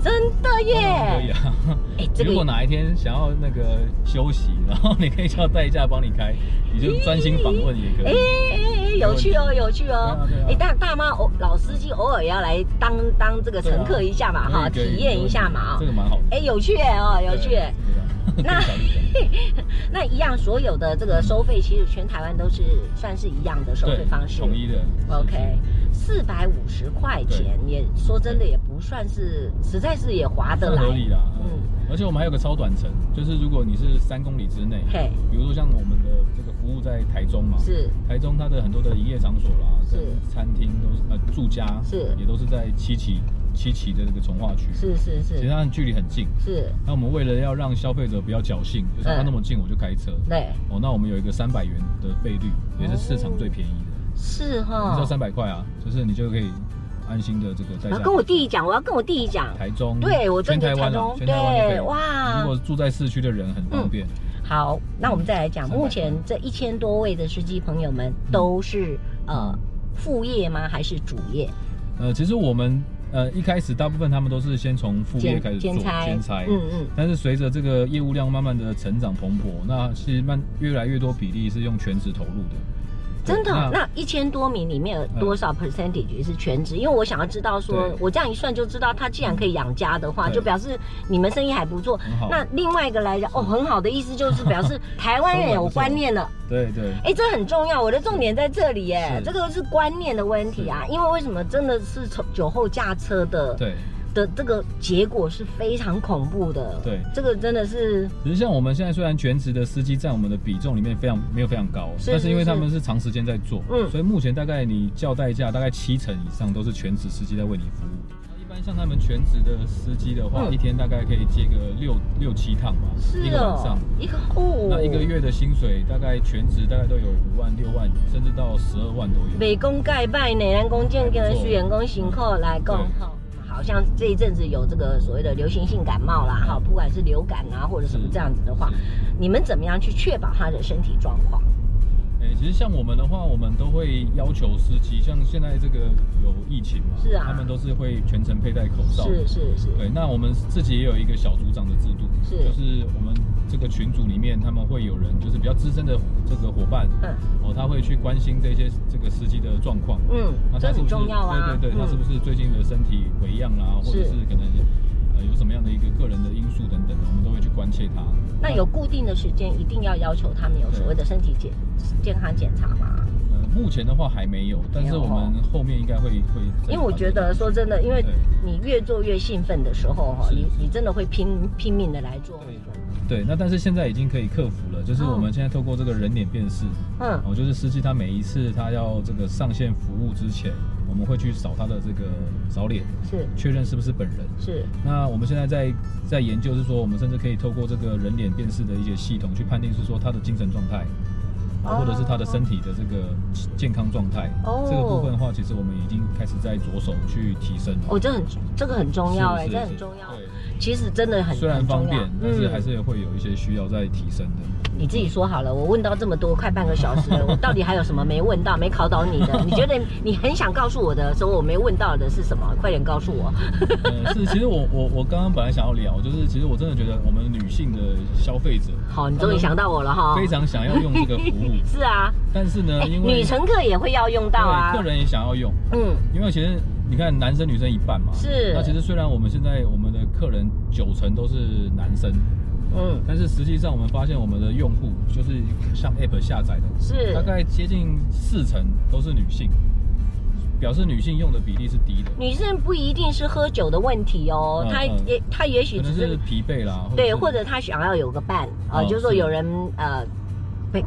B: 真的耶！
A: 可以啊。
B: 哎、这 个
A: 如果哪一天想要那个休息，然后你可以叫代驾帮你开，你就专心访问也可
B: 哎
A: 以。
B: 哎哎，有趣哦，有趣哦
A: 对啊对啊！
B: 哎，大大妈偶老司机偶尔也要来当当这个乘客一下嘛，哈，
A: 嗯啊可以可以
B: 体验一下嘛，
A: 这
B: 哦。
A: 个蛮好的，
B: 哎，有趣哎哦，有趣哎。
A: 对。对
B: 那
A: 啊可以考虑一下
B: 那一样，所有的这个收费其实全台湾都是算是一样的收费
A: 对
B: 方式。
A: 统一的。是
B: OK，四百五十块钱，也说真的也不算是，实在是也划得
A: 算合
B: 来。
A: 理啦。
B: 嗯，
A: 而且我们还有个超短程，就是如果你是三公里之内，
B: 嘿，
A: 比如说像我们的这个服务在台中嘛，
B: 是
A: 台中它的很多的营业场所啦，
B: 是
A: 跟餐厅都是呃住家
B: 是
A: 也都是在七期七期的这个从化区，
B: 是是
A: 其实
B: 是
A: 它的距离很近。
B: 是，
A: 那我们为了要让消费者不要侥幸，就是它
B: 嗯
A: 那么近我就开车，
B: 对，
A: 哦，那我们有一个三百元的费率，
B: 哦
A: 也是市场最便宜的，
B: 是
A: 你只要
B: 哈。
A: 三百块啊，就是你就可以安心的这个在
B: 我
A: 家。
B: 啊跟我弟弟讲，我要跟我弟弟讲。
A: 台中，
B: 对我
A: 全
B: 真的
A: 台湾啊，
B: 台中
A: 嗯全台湾都可以
B: 对哇嗯
A: 如果住在市区的人很方便，
B: 好，那我们再来讲，
A: 300
B: 目前这一千多位的司机朋友们都是呃副业吗？还是主业？
A: 呃，其实我们呃一开始大部分他们都是先从副业开始做
B: 兼差，
A: 兼差，
B: 嗯嗯，
A: 但是随着这个业务量慢慢的成长蓬勃，那其实慢越来越多比例是用全职投入的。对嗯
B: 真的哦、那一千多名里面有多少 percentage 是全职？因为我想要知道说
A: 对，
B: 我这样一算就知道，他既然可以养家的话，
A: 对
B: 就表示你们生意还不错。
A: 很好。
B: 那另外一个来讲，哦，很好的意思就是表 示台湾人
A: 收
B: 有
A: 获不错
B: 观念了，
A: 对对
B: 哎，这很重要。我的重点在这里，哎，
A: 是
B: 这个是观念的问题啊。因为为什么真的是从酒后驾车的，
A: 对，
B: 的这个结果是非常恐怖的。
A: 对
B: 这个真的是
A: 只是像我们现在虽然全职的司机占我们的比重里面非常没有非常高，
B: 是
A: 但是因为
B: 是是
A: 他们是长时间在做，
B: 嗯
A: 所以目前大概你叫代驾大概七成以上都是全职司机在为你服务。那一般像他们全职的司机的话，
B: 嗯
A: 一天大概可以接个六六七趟吧，
B: 是
A: 一个晚上
B: 哦。，一个哦，
A: 那一个月的薪水大概全职大概都有五万六万，甚至到十二万都有。
B: 美工盖拜呢，南工建跟水员工行扣来共
A: 对
B: 吼。好像这一阵子有这个所谓的流行性感冒啦，
A: 嗯
B: 哈，不管是流感啊或者什么这样子的话，你们怎么样去确保他的身体状况？
A: 诶、哎其实像我们的话，我们都会要求司机，像现在这个有疫情嘛，
B: 是啊
A: 他们都是会全程佩戴口罩。
B: 是是是，
A: 对，那我们自己也有一个小组长的制度，
B: 是
A: 就是我们这个群组里面，他们会有人就是比较资深的这个伙伴，
B: 嗯
A: 哦，他会去关心这些这个司机的状况，
B: 嗯，
A: 那
B: 这
A: 他是
B: 很
A: 不是
B: 重要啊。
A: 对对对，他是不
B: 嗯
A: 是最近的身体为恙啦、或者
B: 是
A: 是可能呃有什么样的一个个人的因素等等的，我们都会去关切他。
B: 那有固定的时间一定要要求他们有所谓的身体检健康检查吗？
A: 呃，目前的话还没有，但
B: 没
A: 是
B: 有
A: 我们后面应该会会再讨论。
B: 因为我觉得说真的，因为
A: 对
B: 你越做越兴奋的时候，哈，
A: 是
B: 你
A: 是
B: 你真的会拼拼命的来做。
A: 对，那但是现在已经可以克服了，就是我们现在透过这个人脸辨识，
B: 哦嗯，
A: 哦，就是司机他每一次他要这个上线服务之前，我们会去扫他的这个扫脸，
B: 是
A: 确认是不是本人。
B: 是，
A: 那我们现在在在研究是说，我们甚至可以透过这个人脸辨识的一些系统去判定是说他的精神状态，啊
B: 哦
A: 或者是他的身体的这个健康状态。
B: 哦
A: 这个部分的话，其实我们已经开始在着手去提升了。
B: 哦，这很这个很重要
A: 是
B: 哎，
A: 是
B: 这很
A: 是
B: 重要。
A: 对，
B: 其实真的很
A: 虽然
B: 很
A: 方
B: 重
A: 便
B: 要，嗯
A: 但是还是会有一些需要再提升的。
B: 你自己说好了，我问到这么多，快半个小时了，我到底还有什么没问到、没考倒你 的？你觉得你很想告诉我的时候，我没问到的是什么？快点告 诉我。
A: 呃，是，其实我我我刚刚本来想要聊，就是其实我真的觉得我们女性的消费者
B: 好，你终于想到我了哈。
A: 非常想要用这个服 务，
B: 是啊，
A: 但是呢，
B: 哦哎
A: 因为
B: 女乘客也会要用到啊。
A: 对客人也想要用，
B: 嗯，
A: 因为其实你看男生女生一半嘛，
B: 是
A: 那其实虽然我们现在我们的客人九成都是男生，
B: 嗯，
A: 但是实际上我们发现我们的用户就是像 App 下载的，
B: 是
A: 大概接近四成都是女性，表示女性用的比例是低的，
B: 女生不一定是喝酒的问题哦，
A: 嗯
B: 她
A: 嗯
B: 也她也
A: 可
B: 许只
A: 能是
B: 是
A: 疲惫啦，
B: 对，
A: 是
B: 或者她想要有个伴啊、呃
A: 嗯哦
B: 就是说
A: 是
B: 有人呃，被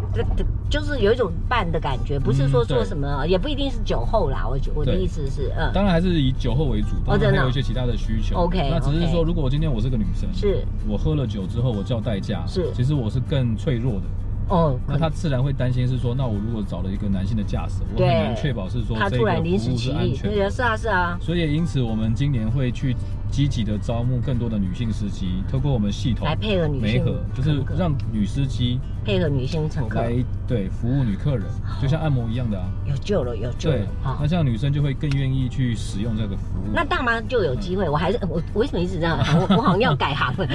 B: 就是有一种伴的感觉，不是说
A: 嗯
B: 做
A: 对
B: 什么，呃也不一定是酒后啦。我觉我的
A: 对
B: 意思是，嗯，
A: 当然还是以酒后为主，当
B: 真
A: 然
B: 的
A: 还
B: 哦
A: 有一些其他的需求。
B: OK，
A: 那只是
B: OK
A: 说，如果我今天我是个女生，
B: 是
A: 我喝了酒之后我叫代驾，
B: 是
A: 其实我是更脆弱的。
B: 哦，
A: 那她自然会担心是说，那我如果找了一个男性的驾驶，我
B: 对
A: 很难确保是说
B: 他
A: 这
B: 突
A: 个
B: 然临时
A: 服务
B: 起
A: 是安
B: 意，
A: 全
B: 对
A: 的。
B: 呀，是啊是啊，
A: 所以，因此我们今年会去积极的招募更多的女性司机，透过我们系统
B: 来配合女
A: 媒
B: 性
A: 哦合，就
B: 乘
A: 是
B: 客
A: 让女司机
B: 配合女性乘客
A: 来对服务女客人，就像按摩一样的啊。
B: 有救了有救
A: 对
B: 了，哈
A: 那这样女生就会更愿意去使用这个服务。
B: 那大妈就有机会，
A: 嗯
B: 我还是我我为什么一直这样？我我好像要改行了。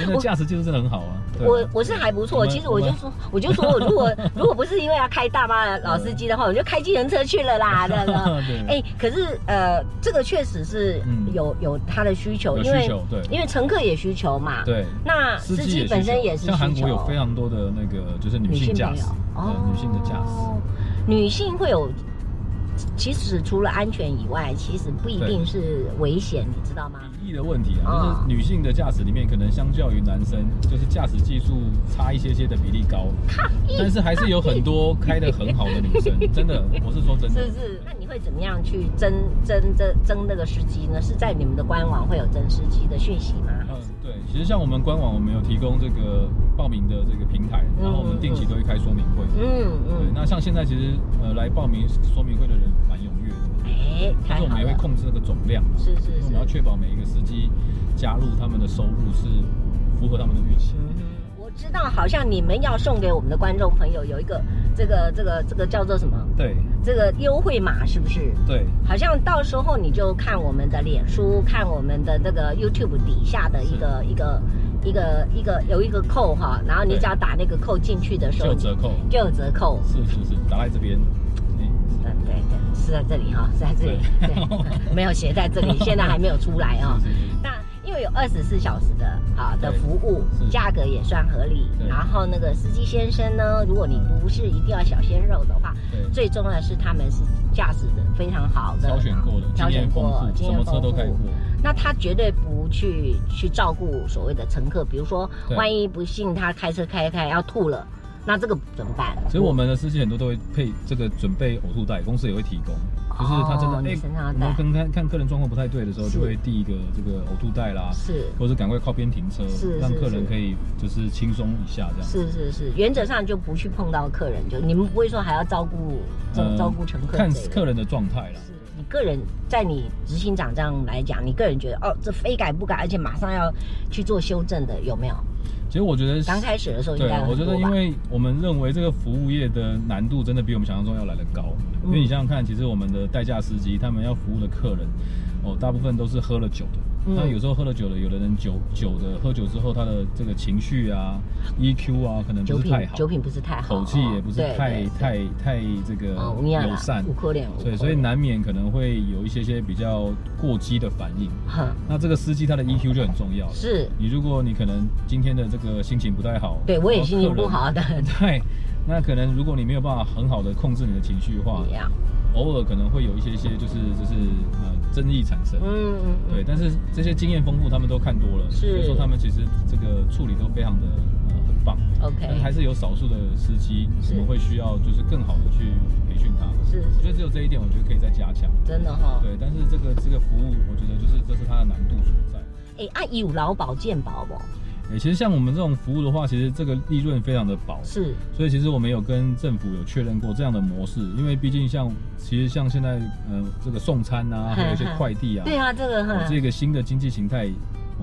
A: 因为那驾驶技术真的很好啊。对啊
B: 我我是还不
A: 我
B: 错，
A: 们
B: 其实我就
A: 我们
B: 说，我就说我如 果如果不是因为要开大巴的老司机的话，我就开计程车去了 啦，这样子。
A: 对
B: 哎、可是呃，这个确实是
A: 嗯
B: 有、有他的需求，
A: 有
B: 因为
A: 需求对
B: 因为乘客也需求嘛。。
A: 对，
B: 那司
A: 司机
B: 机
A: 也
B: 本身也是
A: 需求像韩
B: 需
A: 国
B: 求
A: 有非常多的那个就是女
B: 女
A: 性驾
B: 朋哦
A: 驶
B: 友，
A: 对女性的驾驶，
B: 女性会有其实除了安全以外，其实不一定是危险，你知道吗？
A: 比例的问题
B: 哦
A: 啊，就是女性的驾驶里面，可能相较于男生，就是驾驶技术差一些些的比例高，但是还是有很多开得很好的女 生，真的，我是说真的
B: 是。是，那你会怎么样去争争争争那个司机呢？是在你们的官网会有争司机的讯息吗？
A: 嗯，对，其实像我们官网，我们有提供这个报名的这个平台，然后我们定期都会开说明会。
B: 嗯
A: 对，
B: 嗯，
A: 那像现在其实呃来报名说明会的人蛮踊跃的，
B: 哎，
A: 但
B: 太
A: 是
B: 好
A: 我们也会
B: 了，
A: 控制那个总量，
B: 是
A: 因
B: 是
A: 为我
B: 是
A: 们要，确保每一个司机加入他们的收入是符合他们的预期。
B: 嗯我知道，好像你们要送给我们的观众朋友有一个这个这个这个叫做什么？
A: 对
B: 这个优惠码是不是？
A: 对，
B: 好像到时候你就看我们的脸书，看我们的那个 YouTube 底下的一个一个一个一个有一个扣哈，然后你
A: 对
B: 只要打那个扣进去的时
A: 就
B: 候
A: 有折扣，啊
B: 就有折扣。
A: 是是是，打在这边。哎
B: 嗯，对对，是在这里哈，是在这里，
A: 对
B: 对，没有写 在这里，现在还没有出来啊、
A: 是是是
B: 那因为有二十四小时的啊的
A: 对
B: 服务，
A: 是
B: 价格也算合理。
A: 对
B: 然后那个司机先生呢，如果你不是一定要小鲜肉的话，
A: 对，
B: 最重要的是他们是驾驶的非常好的，
A: 挑选过的，
B: 挑
A: 经
B: 选
A: 验丰
B: 过，啊
A: 富，
B: 经
A: 什么
B: 验丰
A: 车
B: 富。
A: 都开过。
B: 那他绝对不去去照顾所谓的乘客，比如说
A: 对
B: 万一不幸他开车开一开要吐了，那这个怎么办？
A: 所以我们的司机很多都会配这个准备呕吐袋，公司也会提供。就是他真的
B: 哦你
A: 哎
B: 身上要，
A: 我
B: 带
A: 们跟看看客人状况不太对的时候，
B: 是
A: 就会递一个这个呕吐袋啦，
B: 是
A: 或者是赶快靠边停车
B: 是，
A: 让
B: 是
A: 客人
B: 是
A: 可以就是轻松一下这样。
B: 是是是，原则上就不去碰到客人，就你们不会说还要照顾照、
A: 呃
B: 照顾乘客之类
A: 看
B: 的。
A: 客人的状态啦。
B: 是你个人在你执行长这样来讲，你个人觉得哦，这非改不改，而且马上要去做修正的，有没有？
A: 其实我觉得，
B: 刚开始的时候应
A: 对
B: 该有，
A: 我
B: 很
A: 觉得
B: 多
A: 因
B: 吧？
A: 为我们认为这个服务业的难度真的比我们想象中要来得高，
B: 嗯
A: 因为你想想看，其实我们的代驾司机他们要服务的客人，哦，大部分都是喝了酒的。
B: 嗯
A: 那有时候喝了酒的，有的人酒酒的喝酒之后，他的这个情绪啊、EQ 啊，可能
B: 酒
A: 不是太
B: 品
A: 好，
B: 酒品不是太好，
A: 口气也不是
B: 哦
A: 太
B: 对
A: 太太这个
B: 对哦，有
A: 友善，
B: 五颗脸，有
A: 对，
B: 可
A: 所以
B: 能
A: 难免可能会有一些些比较过激的反应。
B: 哼
A: 那这个司机他的
B: 哦
A: EQ 就很重要了。
B: 是
A: 你如果你可能今天的这个心情不太好，
B: 对我也
A: 然后
B: 心情
A: 客人
B: 不好的
A: 对，那可能如果你没有办法很好的控制你的情绪的话
B: 一，样，
A: 偶尔可能会有一些些就是就是呃争议产生。
B: 嗯嗯
A: 对，但是这些经验丰富，他们都看多了，
B: 是
A: 所以说他们其实这个处理都非常的呃很棒。但是还
B: ，OK，
A: 是有少数的司机，
B: 是
A: 我们会需要就是更好的去培训他们。
B: 是
A: 我觉得只有这一点，我觉得可以再加强。
B: 真的哈、
A: 对，但是这个这个服务，我觉得就是这是它的难度所在。
B: 哎，啊，有劳保健保不？
A: 诶，其实像我们这种服务的话，其实这个利润非常的薄，
B: 是
A: 所以其实我们有跟政府有确认过这样的模式，因为毕竟像其实像现在呃这个送餐 啊，还有一些快递啊，
B: 对啊，这个
A: 哦
B: 哈，
A: 这个新的经济形态。哦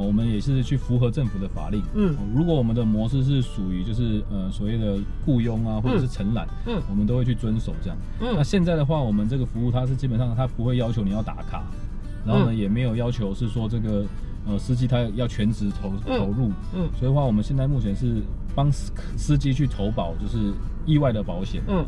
A: 我们也是去符合政府的法令。
B: 嗯
A: 哦，如果我们的模式是属于就是呃所谓的雇佣啊，或者是承揽，
B: 嗯
A: 我们都会去遵守这样。那
B: 嗯
A: 现在的话，我们这个服务它是基本上它不会要求你要打卡，然后呢、
B: 嗯
A: 也没有要求是说这个呃司机他要全职投
B: 嗯
A: 投入，
B: 嗯
A: 所以的话我们现在目前是帮司司机去投保就是意外的保险，
B: 嗯，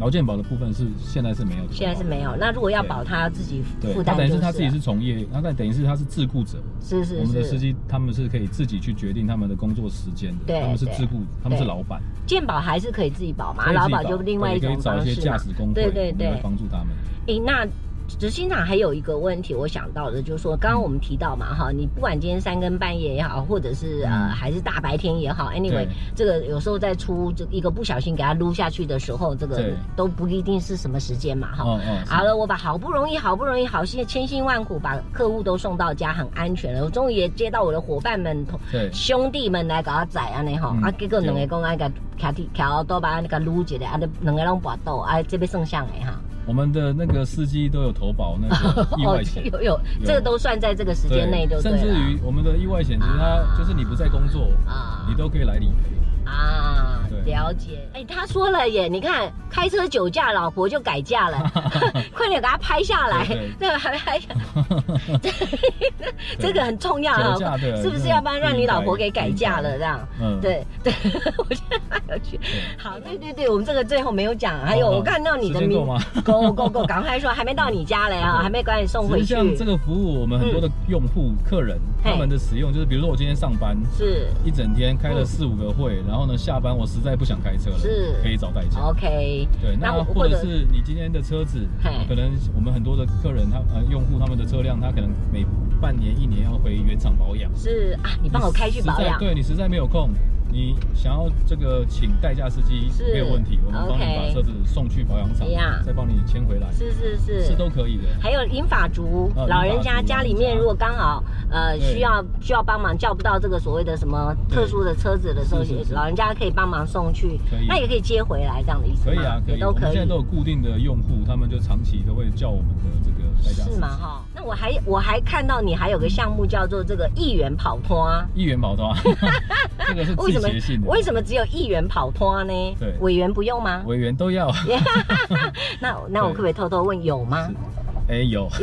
A: 劳健保的部分是现在是没有投保，
B: 现在是没有。那如果要保，他要自己
A: 对，
B: 负
A: 他
B: 担，
A: 等于
B: 就是
A: 他自己
B: 了
A: 是从业，他等于是他是自雇者。
B: 是是
A: 我们的司
B: 是，
A: 机他们是可以自己去决定他们的工作时间
B: 对
A: 的，他们是
B: 对
A: 自雇，他们是
B: 对
A: 老板，
B: 健保还是可以自己保嘛，
A: 可以自
B: 劳
A: 己
B: 保就另
A: 对
B: 外一
A: 可以
B: 种
A: 找
B: 方
A: 一些
B: 式
A: 驾
B: 嘛
A: 驶工。会，
B: 对
A: 我们
B: 对
A: 来
B: 对。
A: 帮助他们。
B: 诶，那执行长还有一个问题，我想到的就是说，刚刚我们提到嘛，哈，你不管今天三更半夜也好，或者是呃
A: 嗯
B: 还是大白天也好，anyway，
A: 对
B: 这个有时候在出这一个不小心给它撸下去的时候，这个
A: 对
B: 都不一定是什么时间嘛，哈。
A: 哦哦，是
B: 好了，我把好不容易、好不容易、好心千辛万苦把客户都送到家，很安全了。我终于也接到我的伙伴们、同
A: 对，
B: 兄弟们来给我载安尼吼，
A: 嗯
B: 啊，结果两个讲爱个卡地卡多把那个撸一下，啊，两个拢跋倒，啊，这边算上的哈。
A: 我们的那个司机都有投保那
B: 哦
A: 个意外险。
B: 有有，这个都算在这个时间内就对
A: 甚
B: 了。
A: 至于我们的意外险，其实它就是你不在工作，
B: 啊
A: 你都可以来理赔。
B: 啊
A: 对，
B: 了解。哎，他说了耶，你看开车酒驾，老婆就改嫁 了， 快点给他拍下来
A: 对，
B: 对吧？还还这个很重要
A: 酒驾
B: 啊，
A: 对
B: 是不是？要不然让你老婆给改嫁了
A: 不应
B: 这样。
A: 嗯，
B: 对 对，我觉得蛮有趣。
A: 对。
B: 好，对对对，我们这个最后没有讲。啊还有，
A: 好好
B: 我看到你的
A: 时间
B: 名
A: 够吗，
B: 够够够，赶快说，还没到你家嘞啊，
A: 对
B: 还没赶紧送
A: 只
B: 回
A: 是
B: 去。嗯
A: 像这个服务，我们很多的用户、客人
B: 嘿
A: 他们的使用，就是比如说我今天上班
B: 是
A: 一整天开了四五个会，然后呢下班我实在在不想开车了，
B: 嗯是
A: 可以找代驾。
B: OK，
A: 对，
B: 那
A: 那
B: 我
A: 或
B: 或
A: 者
B: 者
A: 是你今天的车子
B: 嘿，
A: 可能我们很多的客人他呃用户他们的车辆，他可能每半年一年要回原厂保养。
B: 是啊，你帮我开去保
A: 实在
B: 养，
A: 对你实在没有空，你想要这个请代驾司机
B: 是
A: 没有问题，我们帮你
B: OK
A: 把车子送去保养厂
B: 呀，
A: 再帮你牵回来，
B: 是是是，
A: 是都可以的。
B: 还有银发族
A: 啊
B: 老
A: 银发
B: 人家
A: 族
B: 家
A: 老
B: 里
A: 人
B: 面
A: 家
B: 如果刚好呃
A: 对
B: 需要需要帮忙叫不到这个所谓的什么特
A: 对
B: 殊的车子的时候，
A: 是是是
B: 老人家可以帮忙送去
A: 可以，
B: 那也可以接回来这样的意思
A: 可以
B: 吗？
A: 啊，可
B: 也
A: 以。
B: 都
A: 我们
B: 可以
A: 现在都有固定的用户，他们就长期都会叫我们的这个代驾司机。
B: 是吗？哈，那我还我还看到你还有个项目叫做这个一元跑脱啊，
A: 一元跑抓， 这个是嗯季
B: 为什么
A: 节性的，
B: 为什么只有一元跑脱呢？
A: 对
B: 委员不用吗？
A: 委员都要。
B: 那那我可不可以偷偷问有吗？
A: 哎、有，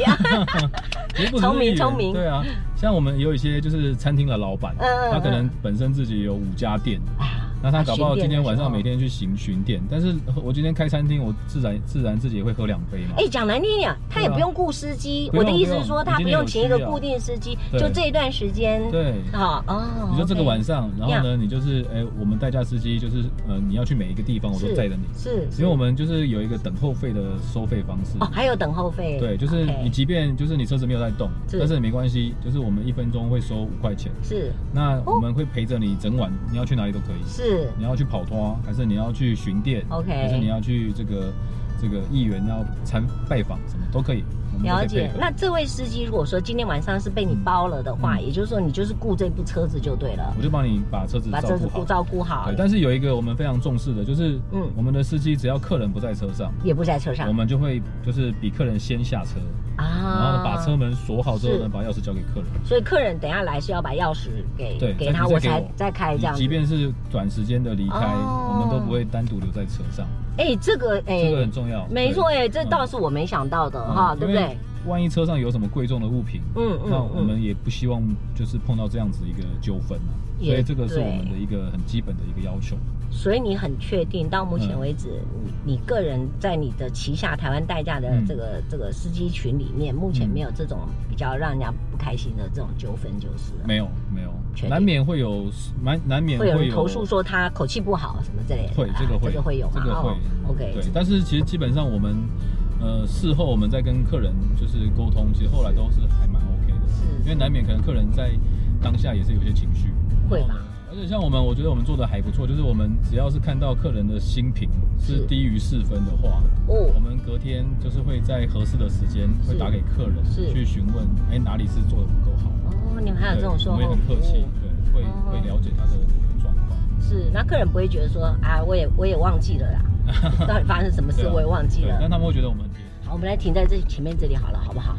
A: 也不只是
B: 聪明
A: 议员
B: 聪明
A: 对啊，像我们有一些就是餐厅的老板，
B: 嗯嗯
A: 他可
B: 嗯
A: 能本身自己有五家店，
B: 啊
A: 那他搞不好
B: 巡
A: 今
B: 店
A: 天
B: 的
A: 晚
B: 时候
A: 上每天去行巡店，但是我今天开餐厅，我自然自然自己也会喝两杯嘛。
B: 哎，讲难听一点，他也不用雇司机。
A: 啊不
B: 我
A: 用
B: 的意思
A: 不
B: 是
A: 用
B: 说，他
A: 你
B: 不
A: 今天
B: 用
A: 有
B: 请一个
A: 需要
B: 固定司机，
A: 对
B: 就这一段时间。
A: 对，
B: 好哦。
A: 你说这个
B: OK
A: 晚上，然后呢，你就是哎、我们代驾司机就是呃，你要去每一个地方，我都
B: 是
A: 载着你，
B: 是，是
A: 因为我们就是有一个等候费的收费方式。
B: 哦还有等候费。
A: 对，就是你
B: OK，
A: 即便就是你车子没有在动，
B: 是
A: 但是没关系，就是我们一分钟会收五块钱，
B: 是
A: 那我们会陪着你整晚，你要去哪里都可以。
B: 是
A: 你要去跑脱，还是你要去巡店
B: OK
A: 还是你要去这个这个议员要参拜访，什么都可以，我们都可
B: 了
A: 以
B: 解
A: 配。合
B: 那这位司机如果说今天晚上是被你包了的话，
A: 嗯
B: 也就是说你就是雇这部车子就对了，
A: 我就帮你把车子
B: 把
A: 照
B: 车子
A: 顾
B: 顾
A: 好。
B: 照顾好
A: 对，，但是有一个我们非常重视的，就是
B: 嗯
A: 我们的司机只要客人不在车上，
B: 也不在车
A: 我
B: 上
A: 们就会就是比客人先下车，然后
B: 啊
A: 呢把车。门锁好之后
B: 是
A: 呢，把钥匙交给客人。
B: 所以客人等下来是要把钥匙给
A: 对
B: 给
A: 再
B: 他，
A: 再
B: 我
A: 给
B: 才
A: 我
B: 再开这样
A: 你
B: 子。
A: 即便是短时间的离开，
B: 哦
A: 我们都不会单独留在车上，
B: 哎，这个哎
A: 这个，很重要。
B: 没错
A: 对
B: 哎，这倒是我没想到的哈，
A: 嗯
B: 啊对不对？？
A: 因为万一车上有什么贵重的物品，
B: 嗯
A: 那
B: 嗯
A: 我
B: 嗯，
A: 们也不希望就是碰到这样子一个纠纷啊，
B: 也
A: 所以这个是
B: 对
A: 我们的一个很基本的一个要求。
B: 所以你很确定到目前
A: 嗯
B: 为止，你你个人在你的旗下台湾代驾的
A: 嗯
B: 这个、这个司机群里面，目前
A: 嗯
B: 没有这种比较让人家不开心的这种纠纷，就是了
A: 没有没有
B: 确定，
A: 难免会有难难免
B: 会
A: 会
B: 有
A: 有
B: 人投诉说他口气不好什么之类的。
A: 会这个
B: 啊
A: 会
B: 这个会有嘛？
A: 这个会嗯
B: 哦、OK，
A: 对，但是其实基本上我们呃事后我们在跟客人就是沟通，其实后来都是还蛮 OK 的，因
B: 是
A: 为难免可能客人在当下也是有些情绪，哦
B: 会吧？
A: 而且像我们，我觉得我们做的还不错，就是我们只要是看到客人的新品
B: 是
A: 是低于四分的话，
B: 哦
A: 我，们隔天就是会在合适的时间
B: 是
A: 会打给客人
B: 是
A: 去询问，哎、哪里是做的不够好。
B: 哦，你们还有这种
A: 对
B: 售
A: 我
B: 后
A: 们也很
B: 服务
A: 客气，对，会、
B: 哦
A: 会了解他的这个状况。啊
B: 是那客人不会觉得说啊，我也我也忘记 了啦，到底发生什么事
A: 对啊
B: 我也忘记
A: 对，
B: 了
A: 但。他们会觉得我们很贴心。
B: 好，我们来停在这前面这里好了，好不好？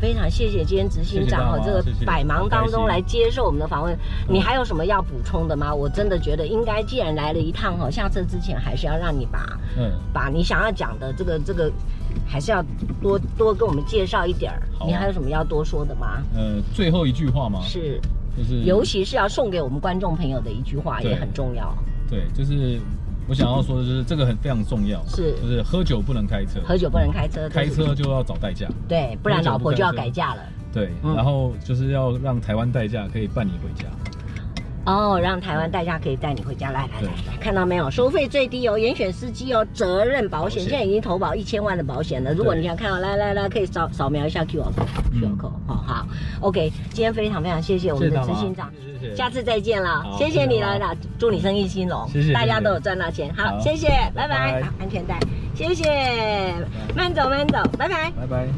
B: 非常谢谢今天执行长哦，
A: 谢谢大妈
B: 这个
A: 谢谢
B: 百忙当中
A: 很开心
B: 来接受我们的访问，
A: 嗯
B: 你还有什么要补充的吗？我真的觉得应该，既然来了一趟哦，下车之前还是要让你把
A: 嗯，
B: 把你想要讲的这个这个，还是要多多跟我们介绍一点儿。
A: 好啊
B: 你还有什么要多说的吗？
A: 呃，最后一句话嘛，
B: 是，
A: 就是
B: 尤其是要送给我们观众朋友的一句话
A: 嗯对
B: 也很重要，
A: 对，就是我想要说的就是这个很非常重要，
B: 是
A: 就是喝酒不能开车，
B: 喝酒不能开车，
A: 开
B: 这
A: 车
B: 是
A: 就要找代驾。
B: 对，不然
A: 喝酒
B: 老
A: 不
B: 婆
A: 开
B: 就要
A: 车
B: 改嫁了。
A: 对，
B: 嗯
A: 然后就是要让台湾代驾可以伴你回家。
B: 哦，让台湾代驾可以带你回家，来来
A: 对
B: 来来，看到没有？收费最低哦，严选司机哦，责任
A: 保
B: 保险
A: 险
B: 现在已经投保一千万的保险了。如果你想看哦，来来来，可以扫扫描一下 QR code，QR
A: 嗯
B: code，好好，OK，今天非常非常谢谢我
A: 谢
B: 们
A: 谢
B: 的
A: 大
B: 执
A: 妈
B: 行长，，
A: 谢谢，
B: 下次再见了，
A: 好
B: 谢谢你
A: 谢谢
B: 来
A: 大
B: 了，祝你生意兴隆，
A: 谢谢
B: 大
A: 谢
B: 家
A: 谢
B: 都有赚到钱，好，
A: 好
B: 谢谢，拜拜，
A: 拜拜
B: 好，安全带，谢谢，慢走慢走，拜拜。
A: 拜拜。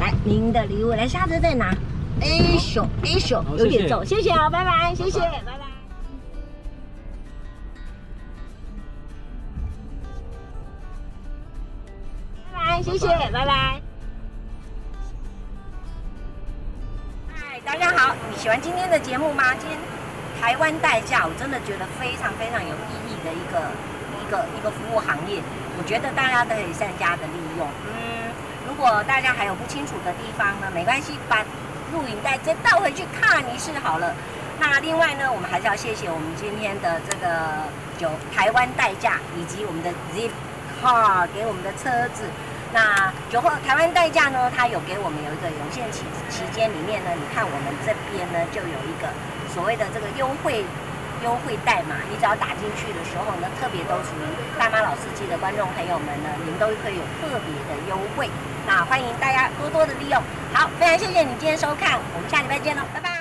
B: 来，您的礼物，来下车再拿。哎咻哎咻，
A: 好
B: 有点
A: 谢谢
B: 重，谢谢啊，拜拜，谢谢，
A: 拜
B: 拜拜。拜拜，谢谢，拜拜。嗨，哎大家好，你喜欢今天的节目吗？今天台湾代驾，我真的觉得非常非常有意义的一个一个一个服务行业，我觉得大家都可以善加的利用。嗯，如果大家还有不清楚的地方呢，没关系，把录影带再倒呃回去看一次好了。那另外呢，我们还是要谢谢我们今天的这个有台湾代驾以及我们的 Zip Car 给我们的车子。那酒后台湾代驾呢，它有给我们有一个有限期期间里面呢，你看我们这边呢就有一个所谓的这个优惠优惠代码，你只要打进去的时候呢，特别都属于大妈老司机的观众朋友们呢，你们都会有特别的优惠。那欢迎大家多多的利用。好，非常谢谢你今天收看，我们下礼拜见喽，拜拜。